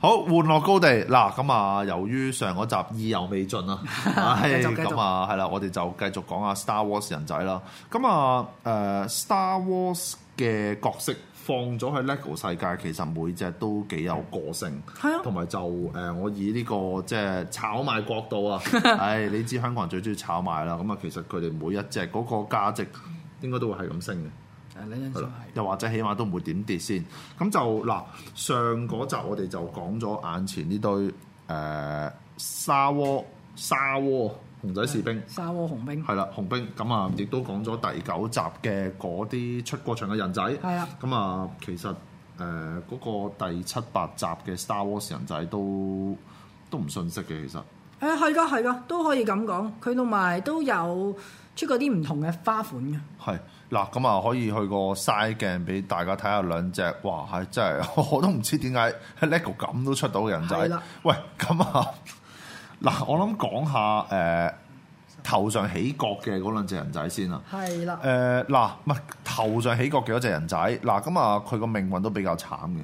好，玩樂高地嗱，咁啊，由於上嗰集意猶未盡 啦，唉繼續繼續咁啊，係啦，我哋就繼續講下 Star Wars 人仔啦。咁啊，誒、Star Wars 嘅角色放咗喺 LEGO 世界，其實每隻都幾有個性，係啊同埋就誒、我以呢、個即係炒賣角度 啊，唉，你知香港人最中意炒賣啦。咁啊，其實佢哋每一隻嗰個價值應該都會係咁升嘅。誒呢係陣啦，又或者起碼都唔會點跌先。咁就嗱，上嗰集我哋就講咗眼前呢對誒、呃沙窩沙窩熊仔士兵。沙窩紅冰係啦，紅兵咁啊，亦都講咗第九集嘅嗰啲出過場嘅人仔。係啊，咁啊，其實誒嗰、呃個第七八集嘅 Star Wars 人仔都都唔遜色嘅，其實誒係噶係噶，都可以咁講。佢同埋都有出過啲唔同嘅花款嘅。係嗱，咁啊可以去個 side 鏡俾大家睇下兩隻，哇！係真係 我都唔知點解 LEGO 咁都出到嘅人仔係啦。喂，咁啊 嗱，我諗講下誒、呃、頭上起角嘅嗰兩隻人仔先啦。啊係啦，誒嗱，唔係頭上起角嘅嗰隻人仔，嗱咁啊，佢個命運都比較慘嘅。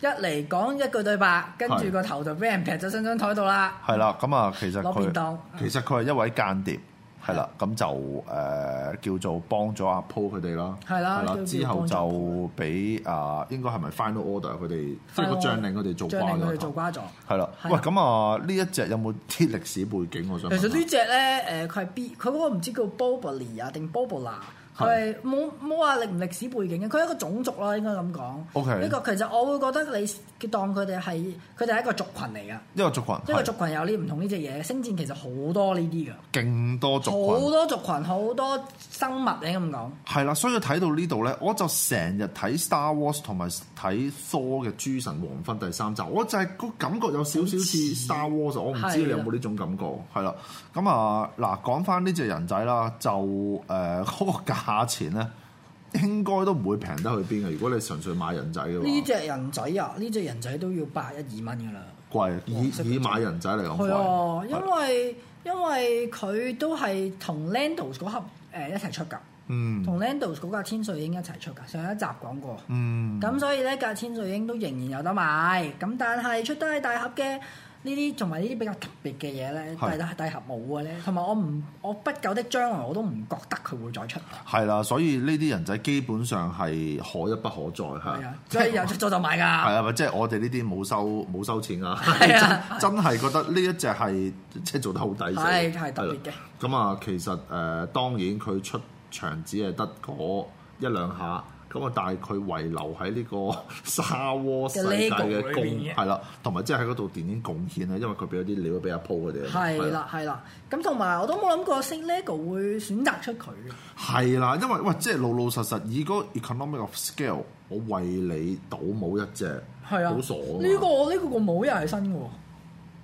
一嚟講一句對白，跟住係個頭就俾人劈咗上張台度啦。係啦，咁啊，其實攞便佢當其實佢係一位間諜，係啦，咁就誒、呃叫做幫咗阿 Po 佢哋啦，係啦叫做之後幫咗阿就俾啊、應該係咪 Final Order 佢哋，即係個將領佢哋做將瓜領佢哋咗做頭，瓜咗。係啦。係喂，咁啊，呢一隻有冇啲歷史背景？我想其問實呢下只咧，誒佢係 B，佢嗰個唔知叫 Boboli 啊定 Bobola，佢係冇冇話歷唔歷史背景嘅，佢係一個種族咯，應該咁講。 OK 呢個其實我會覺得你當佢哋係佢哋係一個族群嚟㗎，一個族群，一個係族群有呢唔同呢只嘢，星戰其實好多呢啲㗎，勁多族群啊好。多族群好多生物你咁講。係啦，所以睇到呢度咧，我就成日睇 Star Wars 同埋睇 Thor 嘅諸神黃昏第三集，我就係個感覺有少少似 Star Wars，我唔知你有冇呢種感覺？係啦，咁啊嗱，講翻呢只人仔啦，就呃誒嗰、個價錢咧，應該都唔會平得去邊嘅。如果你純粹買人仔嘅話，呢只人仔啊，呢只人仔都要百一二蚊㗎啦。貴，以以買人仔嚟講係貴，嗯啊，因為因為佢都係同 Landos 嗰盒誒一齊出㗎。嗯同 Landos 嗰架千歲鷹一齊出㗎，上一集講過。嗯，咁、所以咧架千歲鷹都仍然有得賣，咁但係出得喺大盒嘅呢啲，同埋呢啲比較特別嘅嘢咧，係大大大盒冇嘅咧，同埋我唔我不久的將來我都唔覺得佢會再出。係啦，所以呢啲人仔基本上係可一不可再係係啊啊，所以有出咗就買係㗎。啊，咪即係我哋呢啲冇收冇收錢啊！ 係啊真真係覺得呢一隻係即係做得好抵死，啊係係特別嘅係啦。咁啊，其實誒、呃、當然佢出場只係得嗰一兩下，咁啊，但係佢遺留喺呢個 沙窩世界嘅嘅 LEGO 裏貢面嘅係啦，同埋即係喺嗰度電影貢獻啊啦，因為佢俾咗啲料俾阿 Po 佢哋。啊係啦，係啦，咁同埋我都冇諗過 s LEGO 會選擇出佢嘅。係啦，因為喂，即係老老實實以嗰個 economic of scale，我為你倒冇一隻，係啊，好傻㗎嘛呢、個呢、個個帽又係新嘅喎。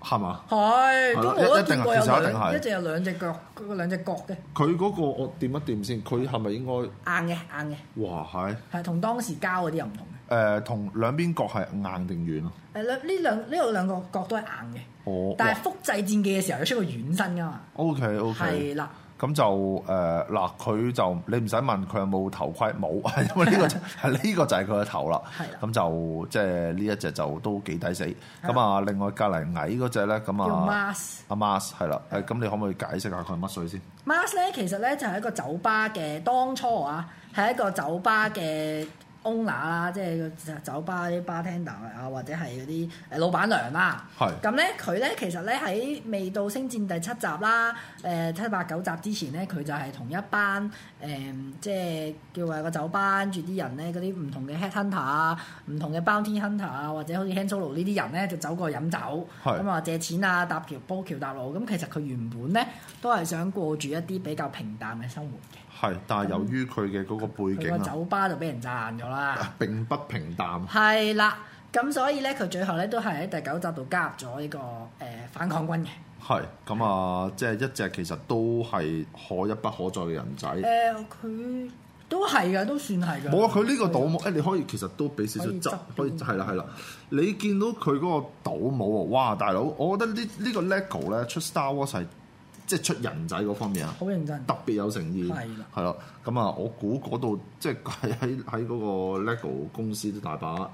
係嘛？係，係啦咁我一都一定見係過有其實一定係兩一隻有兩隻腳，嗰兩隻角嘅佢嗰個我掂一掂先，佢係咪應該？硬嘅硬嘅，哇，係係同當時膠嗰啲又唔同嘅。誒，同、兩邊角係硬定軟啊？誒兩呢兩呢度兩個角都係硬嘅，哦，但係複製戰記嘅時候有出過軟身噶嘛， O K O 係 K，啦，咁就誒嗱，佢、就你唔使問佢有冇頭盔，冇， 係因為呢個就係呢個就係佢嘅頭啦係啦。咁就即係呢一隻就都幾抵死。咁啊，另外隔離矮嗰只咧，咁叫啊 Mars。阿 Mars 係啦，誒咁你可唔可以解釋下佢係乜水先？ Mars 咧其實咧就係、一個酒吧嘅，當初啊係一個酒吧嘅 owner 啦，即係個酒吧啲 bartender 啊，或者係嗰啲誒老闆娘啦。係咁咧，佢咧其實咧喺未到《星戰》第七集啦，誒、呃七八九集之前咧，佢就係同一班誒、即係叫話個酒吧住啲人咧，嗰啲唔同嘅 head hunter 啊，唔同嘅 bounty hunter 啊，或者好似 Han Solo 呢啲人咧，就走過去飲酒。係咁啊借錢啊搭橋煲橋搭路，咁其實佢原本咧都係想過住一啲比較平淡嘅生活嘅，係，但係由於佢嘅嗰個背佢景個啊，酒吧就俾人賺 咗啦。並不平淡。係啦，咁所以咧，佢最後咧都係喺第九集度加入咗呢、個誒、呃反抗軍嘅。係咁啊，即係一隻其實都係可一不可再嘅人仔。誒、佢都係㗎，都算係㗎。冇啊！佢呢個倒模，誒你可以其實都俾少少執，可可以以執係啦係啦。你見到佢嗰個倒模喎，啊哇！大佬，我覺得呢呢個 LEGO 咧出 Star Wars 係即係出人仔嗰方面啊，好認真。特別有誠意，係啦係啦。咁啊，我估嗰度即係 喺喺喺嗰個 LEGO 公司都大把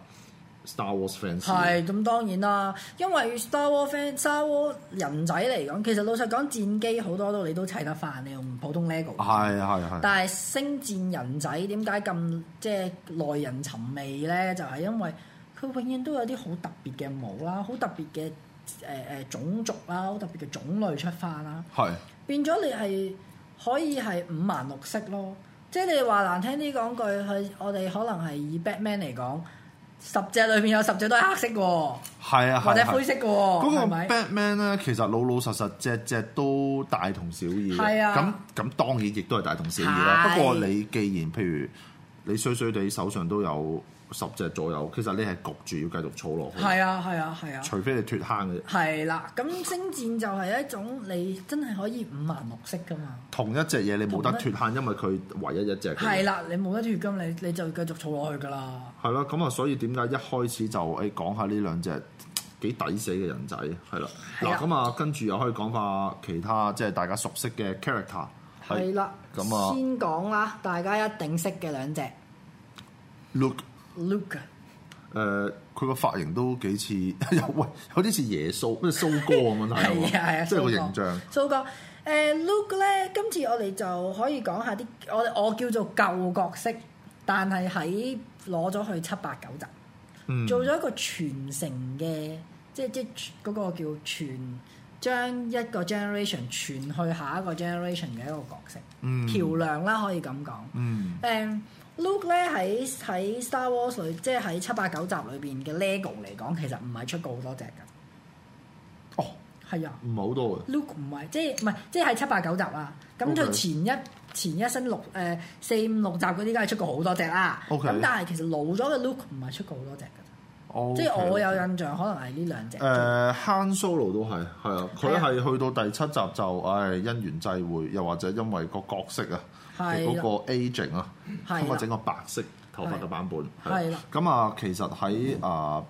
Star Wars fans 嘅。係，咁當然啦，因為 Star Wars fan、Star Wars 人仔嚟講，其實老實講，戰機好多都你都砌得翻，你用普通 LEGO。係係係。但係星戰人仔點解咁即係耐人尋味咧？就係、因為佢永遠都有啲好特別嘅帽啦，好特別嘅誒誒種族啦，好特別嘅種類出翻啦，係變咗你係可以係五顏六色咯。即係你話難聽啲講句，佢我哋可能係以 Batman 嚟講，十隻裏面有十隻都係黑色嘅喎，係啊，或者係係灰色嘅嗰喎，哦係個咪？ Batman 咧，其實老老實實隻隻都大同小異嘅。係咁啊咁當然亦都係大同小異啦。係不過你既然譬如你衰衰地手上都有十隻左右，其實你係焗住要繼續儲落去，係啊，係啊，係啊。除非你脱坑嘅。係啦，咁星戰就係一種你真係可以五顏六色噶嘛。同一隻嘢你冇得脱坑，因為佢唯一一隻。係。啦，你冇得脱金，你你就繼續儲落去㗎啦。係啦，咁啊，所以點解一開始就誒講下呢兩隻幾抵死嘅人仔係啦。係嗱啊咁啊，跟住又可以講下其他即係大家熟悉嘅 character 係啦，咁啊先講啦，大家一定識嘅兩隻 Look。 Luke 誒呃佢個髮型都幾似， 有喂有啲似耶穌，咩蘇哥咁樣睇 係啊係啊，即係個蘇哥形象。。蘇哥誒 Luke 咧，今次我哋就可以講下啲我我叫做舊角色，但係喺攞咗去七八九集，嗯做咗一個傳承嘅，即係即係嗰個叫傳。將一個 generation 傳去下一個 generation 嘅一個角色，嗯橋梁啦，可以咁講。嗯，誒 Luke 咧喺喺 Star Wars 裏，即係喺七八九集裏邊嘅 LEGO 嚟講，其實唔係出過好多隻㗎。哦，係啊唔係好多嘅。 ，Luke 唔係即係唔係即係喺七八九集啦。咁 OK 佢前一前一身六誒、呃四五六集嗰啲，梗係出過好多隻啦。咁 OK 但係其實老咗嘅 Luke 唔係出過好多隻㗎，哦即係我有印象，可能係呢兩隻。誒 Han Solo 都係係啊，佢係啊係去到第七集就唉因緣際會，又或者因為個角色啊嘅係嗰啦個 aging 啊，係咁啊啦整個白色頭髮嘅版本。係啦咁啊，其實喺啊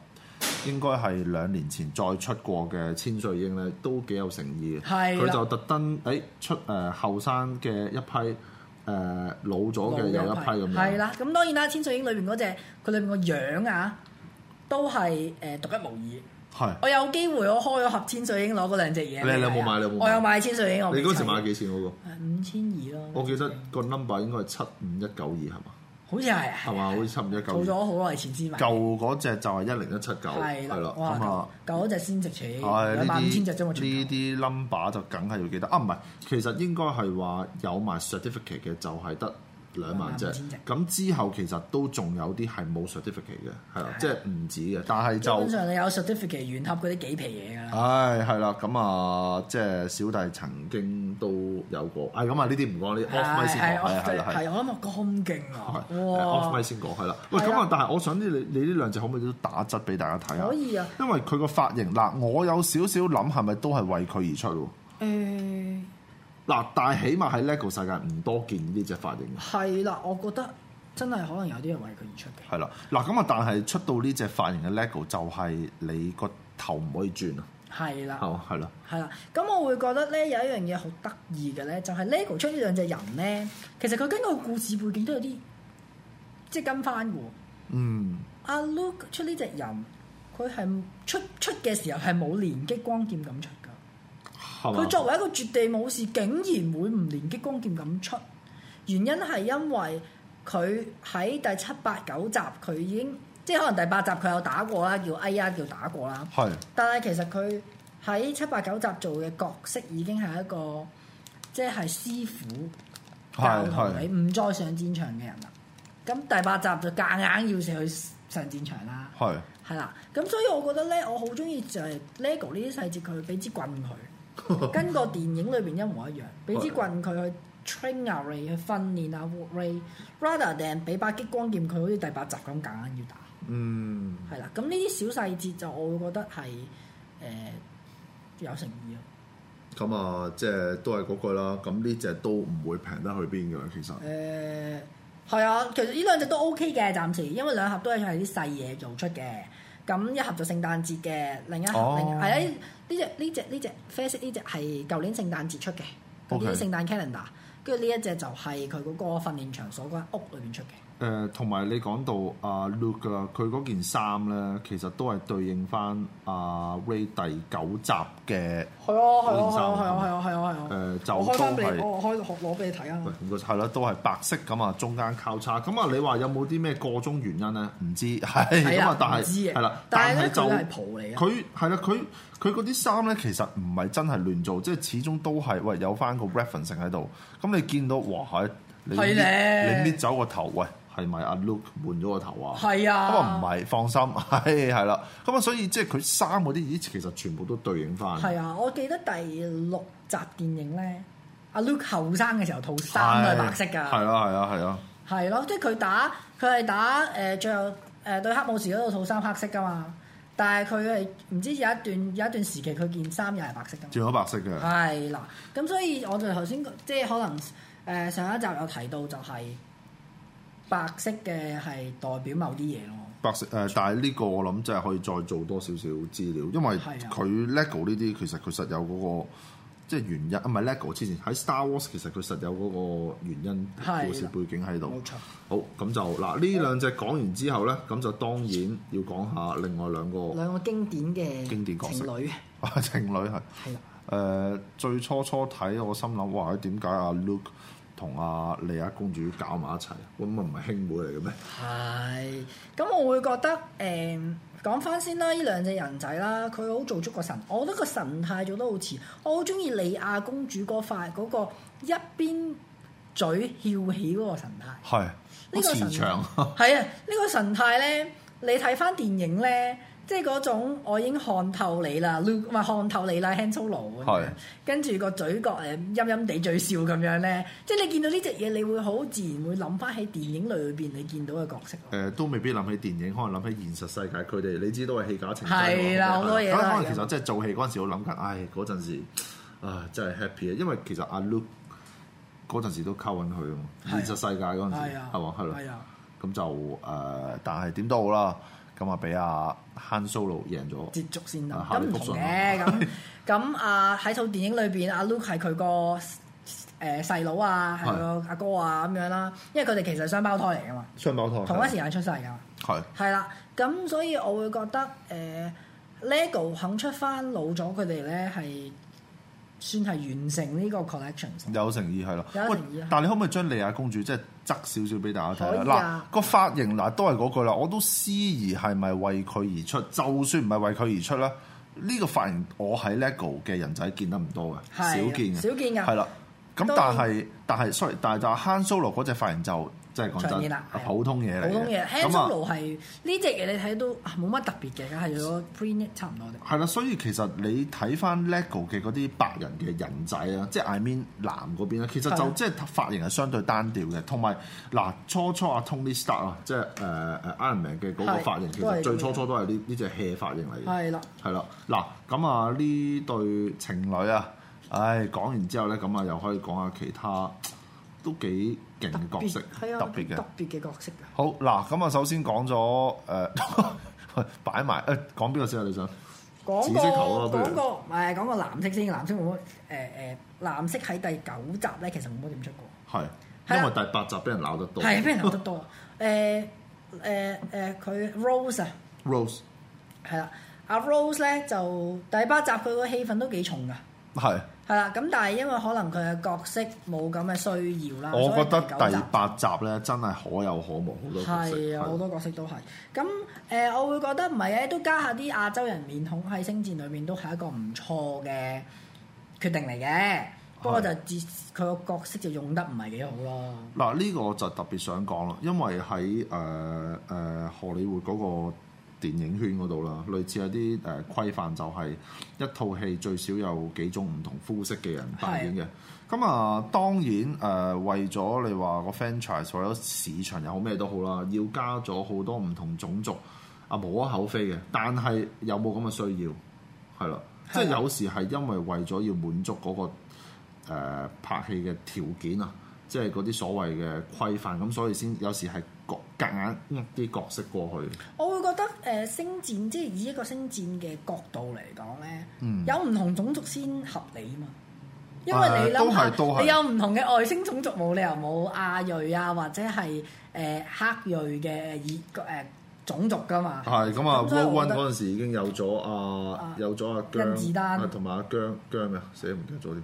應該係兩年前再出過嘅千歲鷹咧，都幾有誠意嘅。係啦佢就特登誒出誒後生嘅一批誒老咗嘅有一批咁樣。係啦，咁當然啦，《千歲鷹》裏邊嗰隻，佢裏邊個樣啊，都係誒、呃、獨一無二。係。我有機會我開咗盒千歲鷹攞嗰兩隻嘢嚟睇啊。你你有冇買你有冇買我有買千歲鷹，我你嗰時買買幾錢嗰個？五千二咯。我記得個 number 應該係七五一九二係嘛？好似係係嘛？好似七五一做九二。咗好耐前先買。舊嗰只就係一零一七九，係係啦啦，，哇！咁啊舊。舊嗰隻先值錢，係呢兩萬五千啲隻啫嘛，全呢球啲 number 就梗係要記得啊！唔係，其實應該係話有埋 certificate 嘅就係得兩萬隻兩萬五千隻。咁之後其實都仲有啲係冇 certificate 嘅，係啦，係啊即係唔止嘅。但係基本就啊上你有 certificate 原盒嗰啲幾皮嘢㗎啦。唉係啦，咁啊，即係小弟曾經都有過。唉，咁啊，呢啲唔講，呢啲 off 咪先係講，係係啊係啦係。係，我諗我咁勁啊！係誒 off 咪哇！先講係啦，喂係咁啦啊！但係我想呢，你你呢兩隻可唔可以都打質俾大家睇啊可？以啊，因為佢個髮型嗱，我有少少諗係咪都係為佢而出喎？誒嗱，但係起碼喺 LEGO 世界唔多見呢隻髮型嘅，係啦，我覺得真係可能有啲人為佢而出嘅。係啦。嗱咁啊，但係出到呢隻髮型嘅 LEGO 就係你個頭唔可以轉啊，係啦。係嘛係啦，係啦，咁我會覺得咧有一樣嘢好得意嘅咧，就係、LEGO 出呢兩隻人咧，其實佢根據個故事背景都有啲即係跟翻嘅喎。嗯，阿 Luke 出呢隻人，佢係出出嘅時候係冇連擊光劍咁出㗎。係嘛佢作為一個絕地武士，竟然會唔連擊光劍咁出，原因係因為佢喺第七八九集佢已經即係可能第八集佢有打過啦，叫哎呀叫打過啦。係但係其實佢喺七八九集做嘅角色已經係一個即係師傅教係徒你係唔再上戰場嘅人啦。咁第八集就夾硬要射去上戰場啦，係係啦。咁所以我覺得咧，我好中意就係哦 LEGO 呢啲細節，佢俾支棍佢，跟個電影裏邊一模一樣，俾支棍佢去 train 阿 Ray 去訓練阿 Ray，rather than 俾把激光劍佢好似第八集咁硬硬要打。嗯，係啦，咁呢啲小細節就我會覺得係誒、呃有誠意咯。咁啊，即係都係嗰句啦。咁呢只都唔會平得去邊㗎啦，其實。誒、係啊，其實呢兩隻都 OK 嘅，暫時，因為兩盒都係係啲細嘢做出嘅。咁一盒就聖誕節嘅，另一盒哦另係啊呢只呢只呢只啡色呢只係舊年聖誕節出嘅，嗰 OK 啲聖誕 calendar。跟住呢一隻就係佢嗰個訓練場所嗰間屋裏邊出嘅。誒，同埋你講到阿 Luke 啦，佢嗰件衫咧，其實都係對應翻阿 Ray 第九集嘅係啊係嗰件啊係衫啊係啊係啊係啊！誒，就我開翻都俾你，係。我開學攞俾你睇啊喂！唔該，係啦，都係白色咁啊，中間交叉。咁啊，你話有冇啲咩個中原因咧？唔知 係係咁啦啊，但唔知係嘅係啦，但係咧係就佢係蒲嚟嘅佢係啦，佢佢嗰啲衫咧，其實唔係真係亂做，即係始終都係喂有翻個 reference 性喺度。咁你見到哇係你搣係咧你搣走個頭，喂係咪阿 Luke 換咗個頭啊？係咁啊唔啊，係，放心 係係啦。咁啊，所以即係佢衫嗰啲，咦其實全部都對應翻。係啊！我記得第六集電影咧，阿 Luke 後生嘅時候套衫都係白色㗎。係啊啦係啦係啦。係咯，即係佢打佢係打誒、呃最後誒、呃、對黑武士嗰度套衫黑色噶嘛，但係佢係唔知有一段有一段時期佢件衫又係白色噶。轉咗白色嘅。係啦，咁所以我就頭先即係可能誒、呃上一集有提到就係白色嘅係代表某啲嘢咯。白色誒、呃但係呢個我諗真係可以再做多少少資料，因為係啊佢 LEGO 呢啲其實佢實有嗰、個即係原因，啊唔係 LEGO 之前喺 Star Wars 其實佢實有嗰個原因係啦故事背景喺度冇。錯，好咁就嗱呢兩隻講完之後咧，咁就當然要講下另外兩個兩個經典嘅經典角色情 侶情侶係。係啦，誒、最初初睇我心諗，哇！點解阿 Luke 同阿莉亞公主搞埋一齊？咁咪唔係兄妹嚟嘅咩？係咁我會覺得誒、講翻先啦，呢兩隻人仔啦，佢好做足個神，我覺得個神態做得好似，我好中意莉亞公主嗰塊嗰、個一邊嘴翹起嗰個神態。係呢個好慈神祥。係啊，呢、個神態咧，你睇翻電影咧，即係嗰種我已經看透你啦，Luke 唔係看透你啦，Han Solo 咁樣係跟住個嘴角誒陰陰地嘴笑咁樣咧，即係你見到呢只嘢，你會好自然會諗翻喺電影裏邊你見到嘅角色咯誒、。都未必諗起電影，可能諗起現實世界。佢哋你知都係戲假情真喎係啦咁好多嘢都係啊可能咁其實即係做戲嗰陣時，我諗緊，唉，嗰陣時啊，真係 happy 啊！因為其實阿 Luke 嗰陣時都溝緊佢啊嘛，係現實世界嗰陣時係啊，係嘛係係咯，啊，咁就誒、但係點都好啦，咁啊俾阿 Han Solo 贏咗，接觸先啦啊。咁唔同嘅咁 咁啊喺套電影裏邊，阿 Luke 係佢個誒細佬啊，係係個阿哥啊咁樣啦，因為佢哋其實係雙胞胎嚟噶嘛，雙胞胎同一時間出世噶嘛。係係啦，咁所以我會覺得誒、LEGO 肯出翻老咗佢哋咧，係算係完成呢個 collection。有誠意係啦。有誠喂意啊但係你可唔可以將莉亞公主即係側少少俾大家睇可以啦啊？嗱，個髮型嗱都係嗰句啦，我都思疑係咪為佢而出，就算唔係為佢而出啦。呢個髮型我喺 LEGO 嘅人仔見得唔多嘅，係啊少見嘅，少見㗎係啦，咁當但係但係，sorry，但係就係 Han Solo 嗰隻髮型就真係長講見真啦係啊，普通嘢嚟嘅。普通嘢 h a n 咁 d 啊 Solo 係呢隻嘢你睇到啊冇乜特別嘅，梗係咗 print 差唔多啫。係啦，所以其實你睇翻 LEGO 嘅嗰啲白人嘅人仔啊，即係 I mean 男嗰邊咧，其實係就啊即係髮型係相對單調嘅，同埋嗱初初阿 Tony Stark 啊，即係誒誒 Iron Man 嘅嗰個係髮型，其都係實咁最樣初初都係呢呢隻 hair 髮型嚟嘅，係啦，係啦，嗱咁啊呢對情侶啊，唉講完之後咧，咁啊又可以講下其他都幾勁嘅角色，係啊，特別嘅特。別嘅角色㗎。好嗱，咁啊首先講咗誒 擺埋誒講邊個先啊？你想？講紫個色頭啊不如講個唔係講個藍色先，藍色冇乜誒誒，藍色喺第九集咧，其實冇乜點出過。係，因係啊為第八集俾人鬧得多。係俾人留 得多。誒誒誒，佢 Rose 啊。 Rose 係啦，阿 Rose 咧就第八集佢個戲份都幾重噶，係，係啦，咁但係因為可能佢嘅角色冇咁嘅需要啦，我覺得所以第九第集八集咧真係可有可無好多角色。係啊，好係多角色都係。咁誒、我會覺得唔係嘅，都加下啲亞洲人面孔喺星戰裏面都係一個唔錯嘅決定嚟嘅。不過就自佢個角色就用得唔係幾好咯。嗱呢個我就特別想講啦，因為喺誒誒荷里活嗰個電影圈嗰度啦，類似有啲誒規範就係一套戲最少有幾種唔同膚色嘅人扮演嘅。咁啊，當然誒、呃為咗你話個 franchise 或者市場又好咩都好啦，要加咗好多唔同種族啊，無可厚非嘅。但係有冇咁嘅需要？係啦，即係係啊有時係因為為咗要滿足嗰、個、呃、拍戲嘅條件啊，即係嗰啲所謂嘅規範，咁所以先有時係角夾硬呃啲角色過去。我會覺得誒、呃星戰即係以一個星戰嘅角度嚟講咧，嗯有唔同種族先合理嘛。因為你諗下，誒都係都係你有唔同嘅外星種族，冇理由冇亞裔啊，或者係誒、呃黑裔嘅以誒、呃、種族噶嘛。係咁啊咁所以，Road One 我覺得嗰陣時已經有咗啊啊，有咗阿姜甄子丹啊同埋阿姜姜咩啊？死唔記得咗添。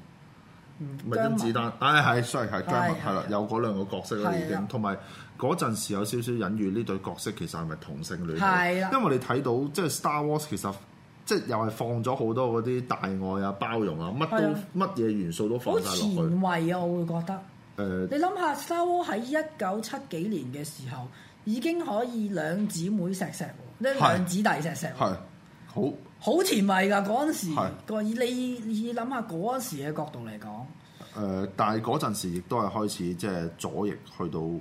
唔係嗯姜甄文子丹，唉係，sorry 係姜文係係啦係，有嗰兩個角色啦已係啊經，同埋嗰陣時有少少隱喻呢對角色其實係咪同性戀嚟？啊係啦因為你睇到即係 Star Wars 其實即係又係放咗好多嗰啲大愛啊、包容啊，乜係啊都乜嘢元素都放好晒前落去。衛啊！我會覺得，誒你諗下，Star Wars 喺一九七幾年嘅時候已經可以兩姊妹錫錫喎，即係係兩姊弟錫錫喎。係好好前衞㗎嗰陣時係個，以你你諗下嗰陣時嘅角度嚟誒，講，呃但係嗰陣時亦都係開始即係左翼去到誒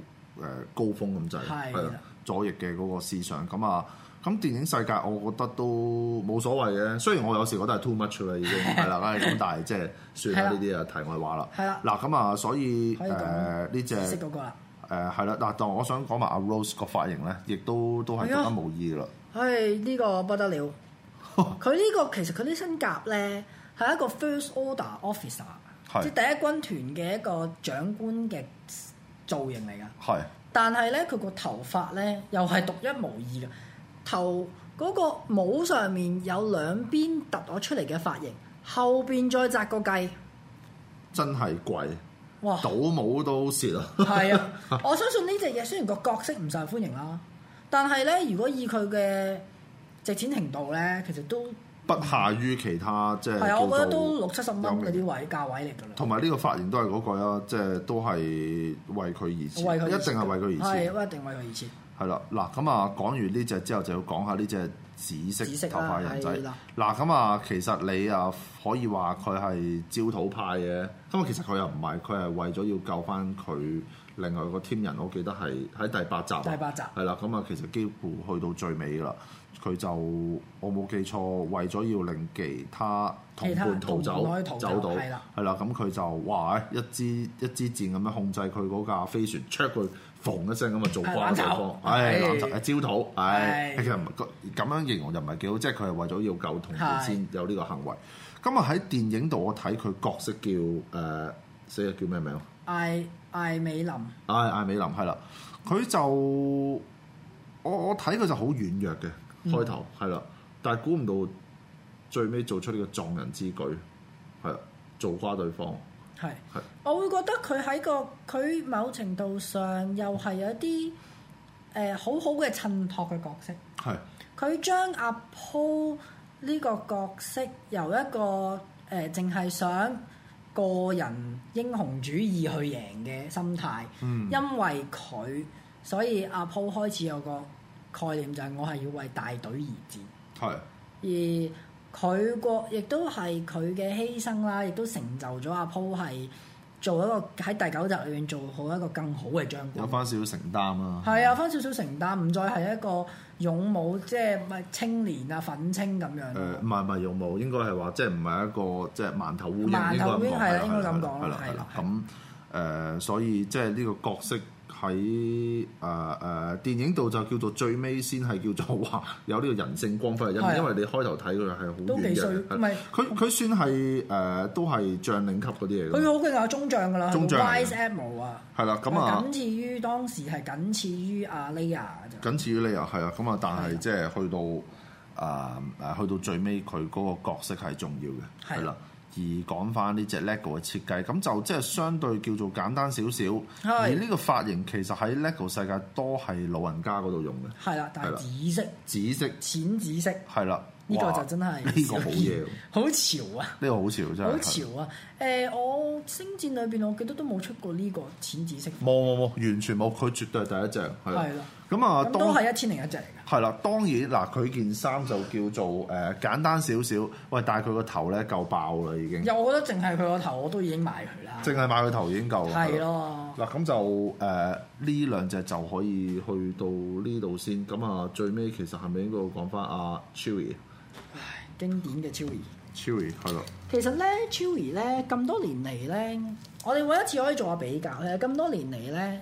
高峰咁滯，係啦係啊左翼嘅嗰個思想咁啊。咁電影世界我覺得都冇所謂嘅，雖然我有時覺得係 too much 啦已經係啦，梗係咁，但係即係算啦係啦呢啲啊題外話啦。係啦嗱咁啊，所以可誒以講呢只識誒嗰個啦。係啦，嗱，但我想講埋阿 Rose 個髮型咧，亦都都係係啊獨一無二噶啦。唉，呢個不得 了！佢呢個其實佢啲身甲咧係一個 First Order Officer，係即係第一軍團嘅一個長官嘅造型嚟㗎。係但係咧，佢個頭髮咧又係獨一無二嘅。頭嗰個帽上面有兩邊突咗出嚟嘅髮型，後邊再紮個髻，真係貴，哇！倒帽都蝕啊！係啊， 我相信呢隻嘢雖然個角色唔受歡迎啦，但係咧，如果以佢嘅值錢程度咧，其實都不下於其他即係係啊，我覺叫做得都六七十蚊有名嗰啲位價位嚟㗎啦。同埋呢個髮型都係嗰句啦，即係都係為佢而為佢設，一定係為佢而設。係一定為佢而設。係啦，嗱咁啊，講完呢只之後就要講下呢只紫紫色色頭髮人仔。啦係啦嗱咁啊，其實你啊可以話佢係焦土派嘅，咁啊其實佢又唔係，佢係為咗要救翻佢另外個 team 人，我記得係喺第八集啊。第八集係啦，咁啊其實幾乎去到最尾啦，佢就我冇記錯，為咗要令其他同其他伴逃同走伴可以逃走走到係啦係啦，咁佢就哇一支一支箭咁樣控制佢嗰架飛船 check 佢，嘣一聲咁啊做係瓜攬對炒方，唉係攬炒焦土，唉，係其實唔係咁樣形容就唔係幾好，即係佢係為咗要救同伴係先有呢個行為。咁啊喺電影度我睇佢角色叫誒死啊叫咩名啊？艾艾美林唉，艾美林係啦，佢就我我睇佢就好軟弱嘅開頭係啦，但係估唔到最尾做出呢個撞人之舉，係啦，做瓜對方。係係，我會覺得佢喺個佢某程度上又係有一啲誒、呃好好嘅襯托嘅角色。係佢將阿 Paul 呢個角色由一個誒淨係想個人英雄主義去贏嘅心態，因為佢，所以阿 Paul 開始有個概念就係我係要為大隊而戰，係而佢個亦都係佢嘅犧牲啦，亦都成就咗阿 Paul 係做一個喺第九集裏面做好一個更好嘅將軍。有翻少少承擔啦。係啊，翻少少承擔，唔再係一個勇武，即係咪青年啊、憤青咁樣。誒唔係唔係呃用武，應該係話即係唔係一個即係饅頭烏蠅，饅頭烏蠅應該咁講係啦應該咁講係啦係係啦啦咁誒，所以即係呢個角色喺誒誒電影度就叫做最尾先係叫做話有呢個人性光輝嘅一係面，啊因為你開頭睇佢係好都軟幾衰弱嘅係唔係啦，佢佢算係誒都係將領級嗰啲嘢佢㗎嘛，好勁啊，中將㗎啦，中將嚟㗎 Wise Admiral 啊，係啦咁啊僅。次於當時係僅次於阿 Leia 㗎僅次於你啊，係啊，咁啊，但係係啊即係去到啊誒，去到最尾佢嗰個角色係重要嘅，係啊係啦。而講翻呢只 LEGO 嘅設計，咁就即係相對叫做簡單少少。而呢個髮型其實喺 LEGO 世界多係老人家嗰度用嘅，咋，係啦，但係係啦紫色、紫色淺紫色，係啦。呢個哇就真係呢個好嘢喎，呢 好潮啊！個好潮真係。好潮啊！誒、誒、我星戰裏邊，我記得都冇出過呢個淺紫色冇冇冇，完全冇，佢絕對係第一隻，係啦係啦。咁啊，款，咁當都係一千零一隻嚟嘅。係啦，當然嗱，佢件衫就叫做誒、呃、簡單少少，喂，但係佢個頭咧夠爆啦已經，又我覺得淨係佢個頭，我都已經買佢啦。嗯淨係買佢頭已經夠啦。係係啦咯，嗱咁就誒呢兩隻就可以去到呢度先，咁啊最尾其實係咪應該講翻阿 Chewy？Chewy 唉經典嘅 Chewy。係啦，其實咧 Chewy 咧咁多年嚟咧，我哋每一次可以做下比較咧。咁多年嚟咧，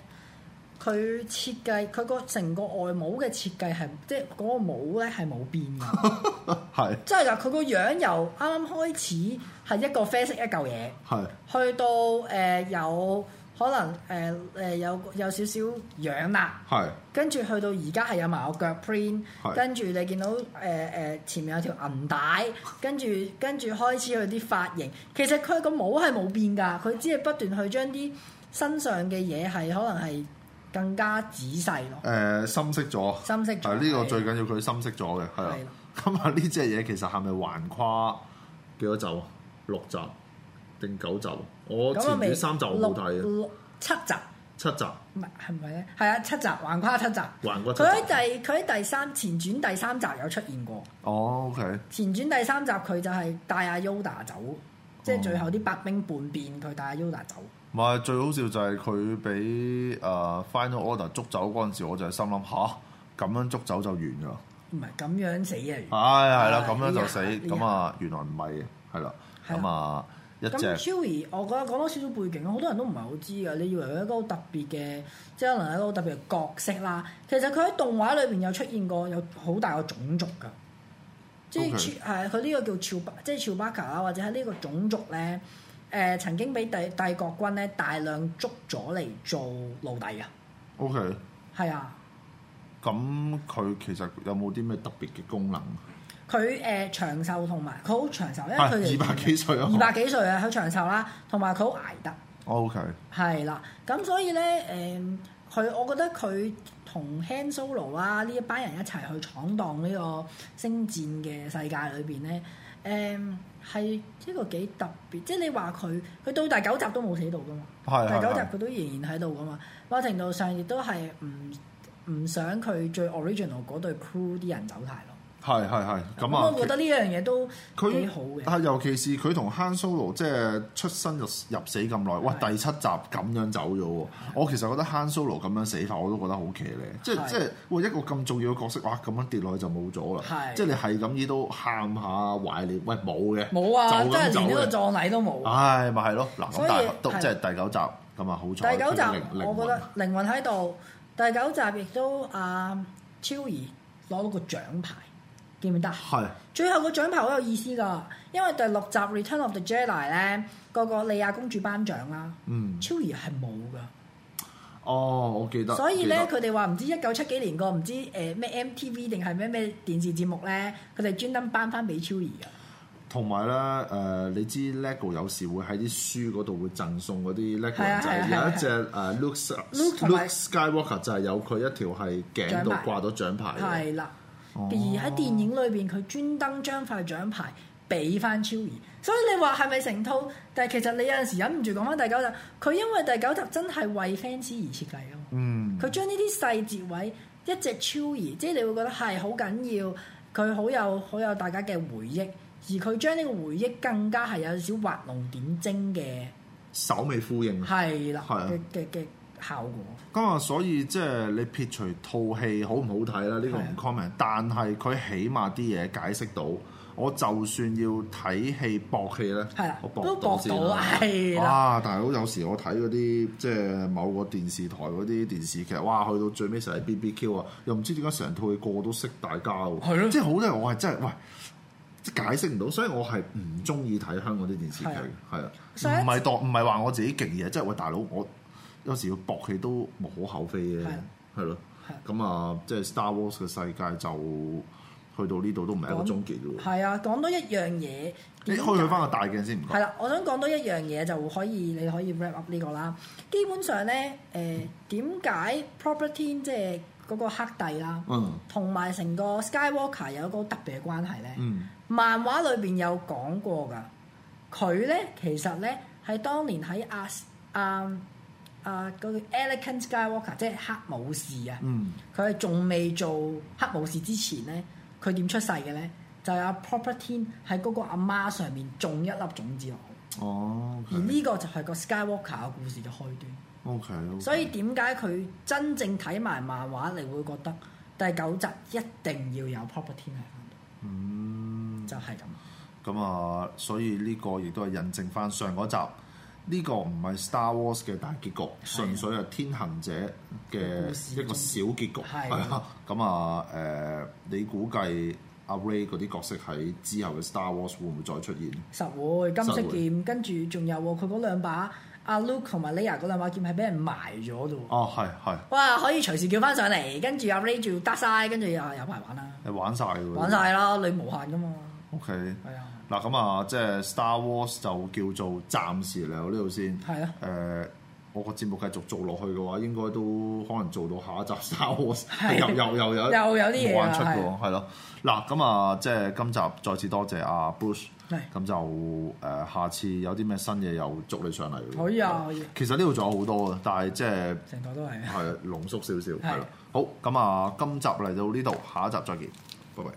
佢設計佢個成個外帽嘅設計係即係嗰個帽咧係冇變 㗎， 係真係㗎。佢個樣由啱啱開始係一個啡色一嚿嘢。係去到誒、呃有可能誒誒、呃呃有有少少樣啦，係跟住去到而家係有埋我腳 print，係跟住你見到誒誒、呃呃前面有條銀帶，跟住跟住開始佢啲髮型，其實佢個帽係冇變㗎，佢只係不斷去將啲身上嘅嘢係可能係更加仔細咯，誒呃深色咗，深色咗係呢個最緊要佢深色咗嘅，係啦係啦。咁啊呢隻嘢其實係咪橫跨幾多集啊？六集定九集啊？我前面三集我冇睇啊嘅，六六七集。七集唔係係咪咧？係啊，七集橫跨七集，橫跨佢七喺集。第佢喺第三前傳第三集有出現過。哦，OK，前傳第三集佢就係帶阿 Yoda 走，即係最後啲白兵叛變，佢帶阿 Yoda 走。唔係最好笑就係佢俾誒 Final Order 捉走嗰陣時，我就係心諗吓咁樣捉走就完㗎啦。唔係咁樣死啊！唉，係啦，啊咁樣就死，呢下咁啊原來唔係嘅，係啦，係啊咁啊一咁隻 Chewie，我覺得講多少少背景，好多人都唔係好知㗎。你以為佢一個好特別嘅，即係可能係一個好特別嘅角色啦。其實佢喺動畫裏邊有出現過，有好大個種族㗎。即係 OK 係哦佢呢個叫喬巴，即係喬巴卡啦，或者喺呢個種族咧，誒、曾經俾帝帝國軍咧大量捉咗嚟做奴隸㗎。 OK。係啊。咁佢其實有冇啲咩特別嘅功能？啊佢誒、呃、長壽同埋啊佢好長壽，因係為佢二百幾歲啊！二百幾歲啊，佢長壽啦，同埋佢好捱得， O K，係啦。咁所以咧誒，佢、我覺得佢同 Han Solo 啦呢一班人一齊去闖蕩呢個星戰嘅世界裏邊咧，誒、係一個幾特別，即係你話佢佢到第九集都冇死到噶嘛，係第九係集係佢都仍然喺度噶嘛，某程度上亦都係唔唔想佢最 original 嗰隊 crew 啲人走晒咯。係係係咁我覺啊！得呢樣嘢都佢啊幾好嘅，但係尤其是佢同 Han Solo 即係出生入入死咁耐，哇！係第七集咁樣走咗喎，我其實覺得 Han Solo 咁樣死法我都覺得好騎呢，即係係即係喂一個咁重要嘅角色，哇咁樣跌落去就冇咗啦，係即係你係咁依都喊下懷念，喂冇嘅，冇啊，就真咁啊係走連呢個嘅，葬禮都冇。唉咪係咯，嗱咁所以但係都係即係第九集咁啊，好彩第九集佢靈靈我覺魂得靈魂喺度，第九集亦都啊超兒攞到個獎牌，記唔記得？係最後個獎牌好有意思㗎，因為第六集《Return of the Jedi》咧，個個莉亞公主頒獎啦，嗯。超兒係冇㗎，哦，我記得。所以記咧得佢哋話唔知一九七幾年個唔知誒咩 MTV 定係咩咩電視節目咧，佢哋專登頒翻俾超兒㗎。同埋咧，誒、你知 LEGO 有時會喺啲書嗰度會贈送嗰啲 LEGO 係啊人仔，係啊係啊有一隻誒 Luke Luke 同埋 Luke Skywalker 就係有佢一條係頸度獎牌掛咗獎牌嘅。係啦，啊哦而喺電影裏邊，佢專登將塊獎牌俾翻超兒，所以你話係咪成套？但係其實你有陣時忍唔住講翻第九集，佢因為第九集真係為 fans 而設計啊嘛，嗯，佢將呢啲細節位一隻超兒，即係你會覺得係好緊要，佢好有好有大家嘅回憶，而佢將呢個回憶更加係有少少畫龍點睛嘅，首尾呼應。係啦係啊嘅嘅嘅效果，咁啊，所以即係你撇除套戲好唔好睇啦，呢、個啊唔 comment，但係佢起碼啲嘢解釋到。我就算要睇戲博戲咧，係啦我，都到搏先到啦係啦。哇！大佬有時我睇嗰啲即係某個電視台嗰啲電視劇，哇！去到最尾成日 BBQ 啊，又唔知點解成套戲個個都識大家喎。係咯即係好多人我係真係喂，即係解釋唔到，所以我係唔中意睇香港啲電視劇係啊嘅，係啊，上一唔係當唔係話我自己勁嘢，即係喂大佬，我有時要搏戲都無可厚非嘅係啊，係咯係啊。咁啊，即係 Star Wars 嘅世界就去到呢度都唔係一個終結嘅喎。係啊，講多一樣嘢。你開佢翻個大鏡先唔係該。啦，我想講多一樣嘢就可以，你可以 wrap up 呢個啦。基本上咧，誒點解 Property 即係嗰個黑帝啦，嗯同埋成個 Skywalker 有一個特別嘅關係咧？嗯漫畫裏邊有講過㗎，佢咧其實咧係當年喺阿阿阿嗰個 Elegant Skywalker，即係黑武士啊，嗯，佢係仲未做黑武士之前咧，佢點出世嘅咧？就係阿 Property 喺嗰個阿媽上面種一粒種子落去。哦而呢個就係個 Skywalker 嘅故事嘅開端。 ，OK，所以點解佢真正睇埋漫畫，你會覺得第九集一定要有 Property 喺度，嗯，就係咁。咁啊，所以呢個亦都係印證翻上嗰集。呢個唔係 Star Wars 嘅大結局，純粹係天行者故事嘅一個小結局。係啊，咁啊誒，你估計阿 Ray 嗰啲角色喺之後嘅 Star Wars 會唔會再出現？實會金色實會劍，跟住仲有喎，佢嗰兩把阿 Luke 同埋 Leia 嗰兩把劍係俾人埋咗嘅喎。哦，係係，哇！可以隨時叫翻上嚟，跟住阿 Ray 就得晒，跟住又有排玩啦，你玩晒㗎喎玩晒啦，你無限噶嘛， OK，係啊，嗱咁啊，即係 Star Wars 就叫做暫時嚟到呢度先。係啊誒、我個節目繼續做落去嘅話，應該都可能做到下一集 Star Wars 係又又又有又有啲嘢啊玩出嘅係喎，係咯。嗱咁啊，即係今集再次多謝阿 Bruce，係咁就誒、下次有啲咩新嘢又捉你上嚟喎。可以啊，可以啊，其實呢度仲有好多嘅，但係即係成台都係啊。係濃縮少少係係啦。好咁啊，今集嚟到呢度，下一集再見，拜拜。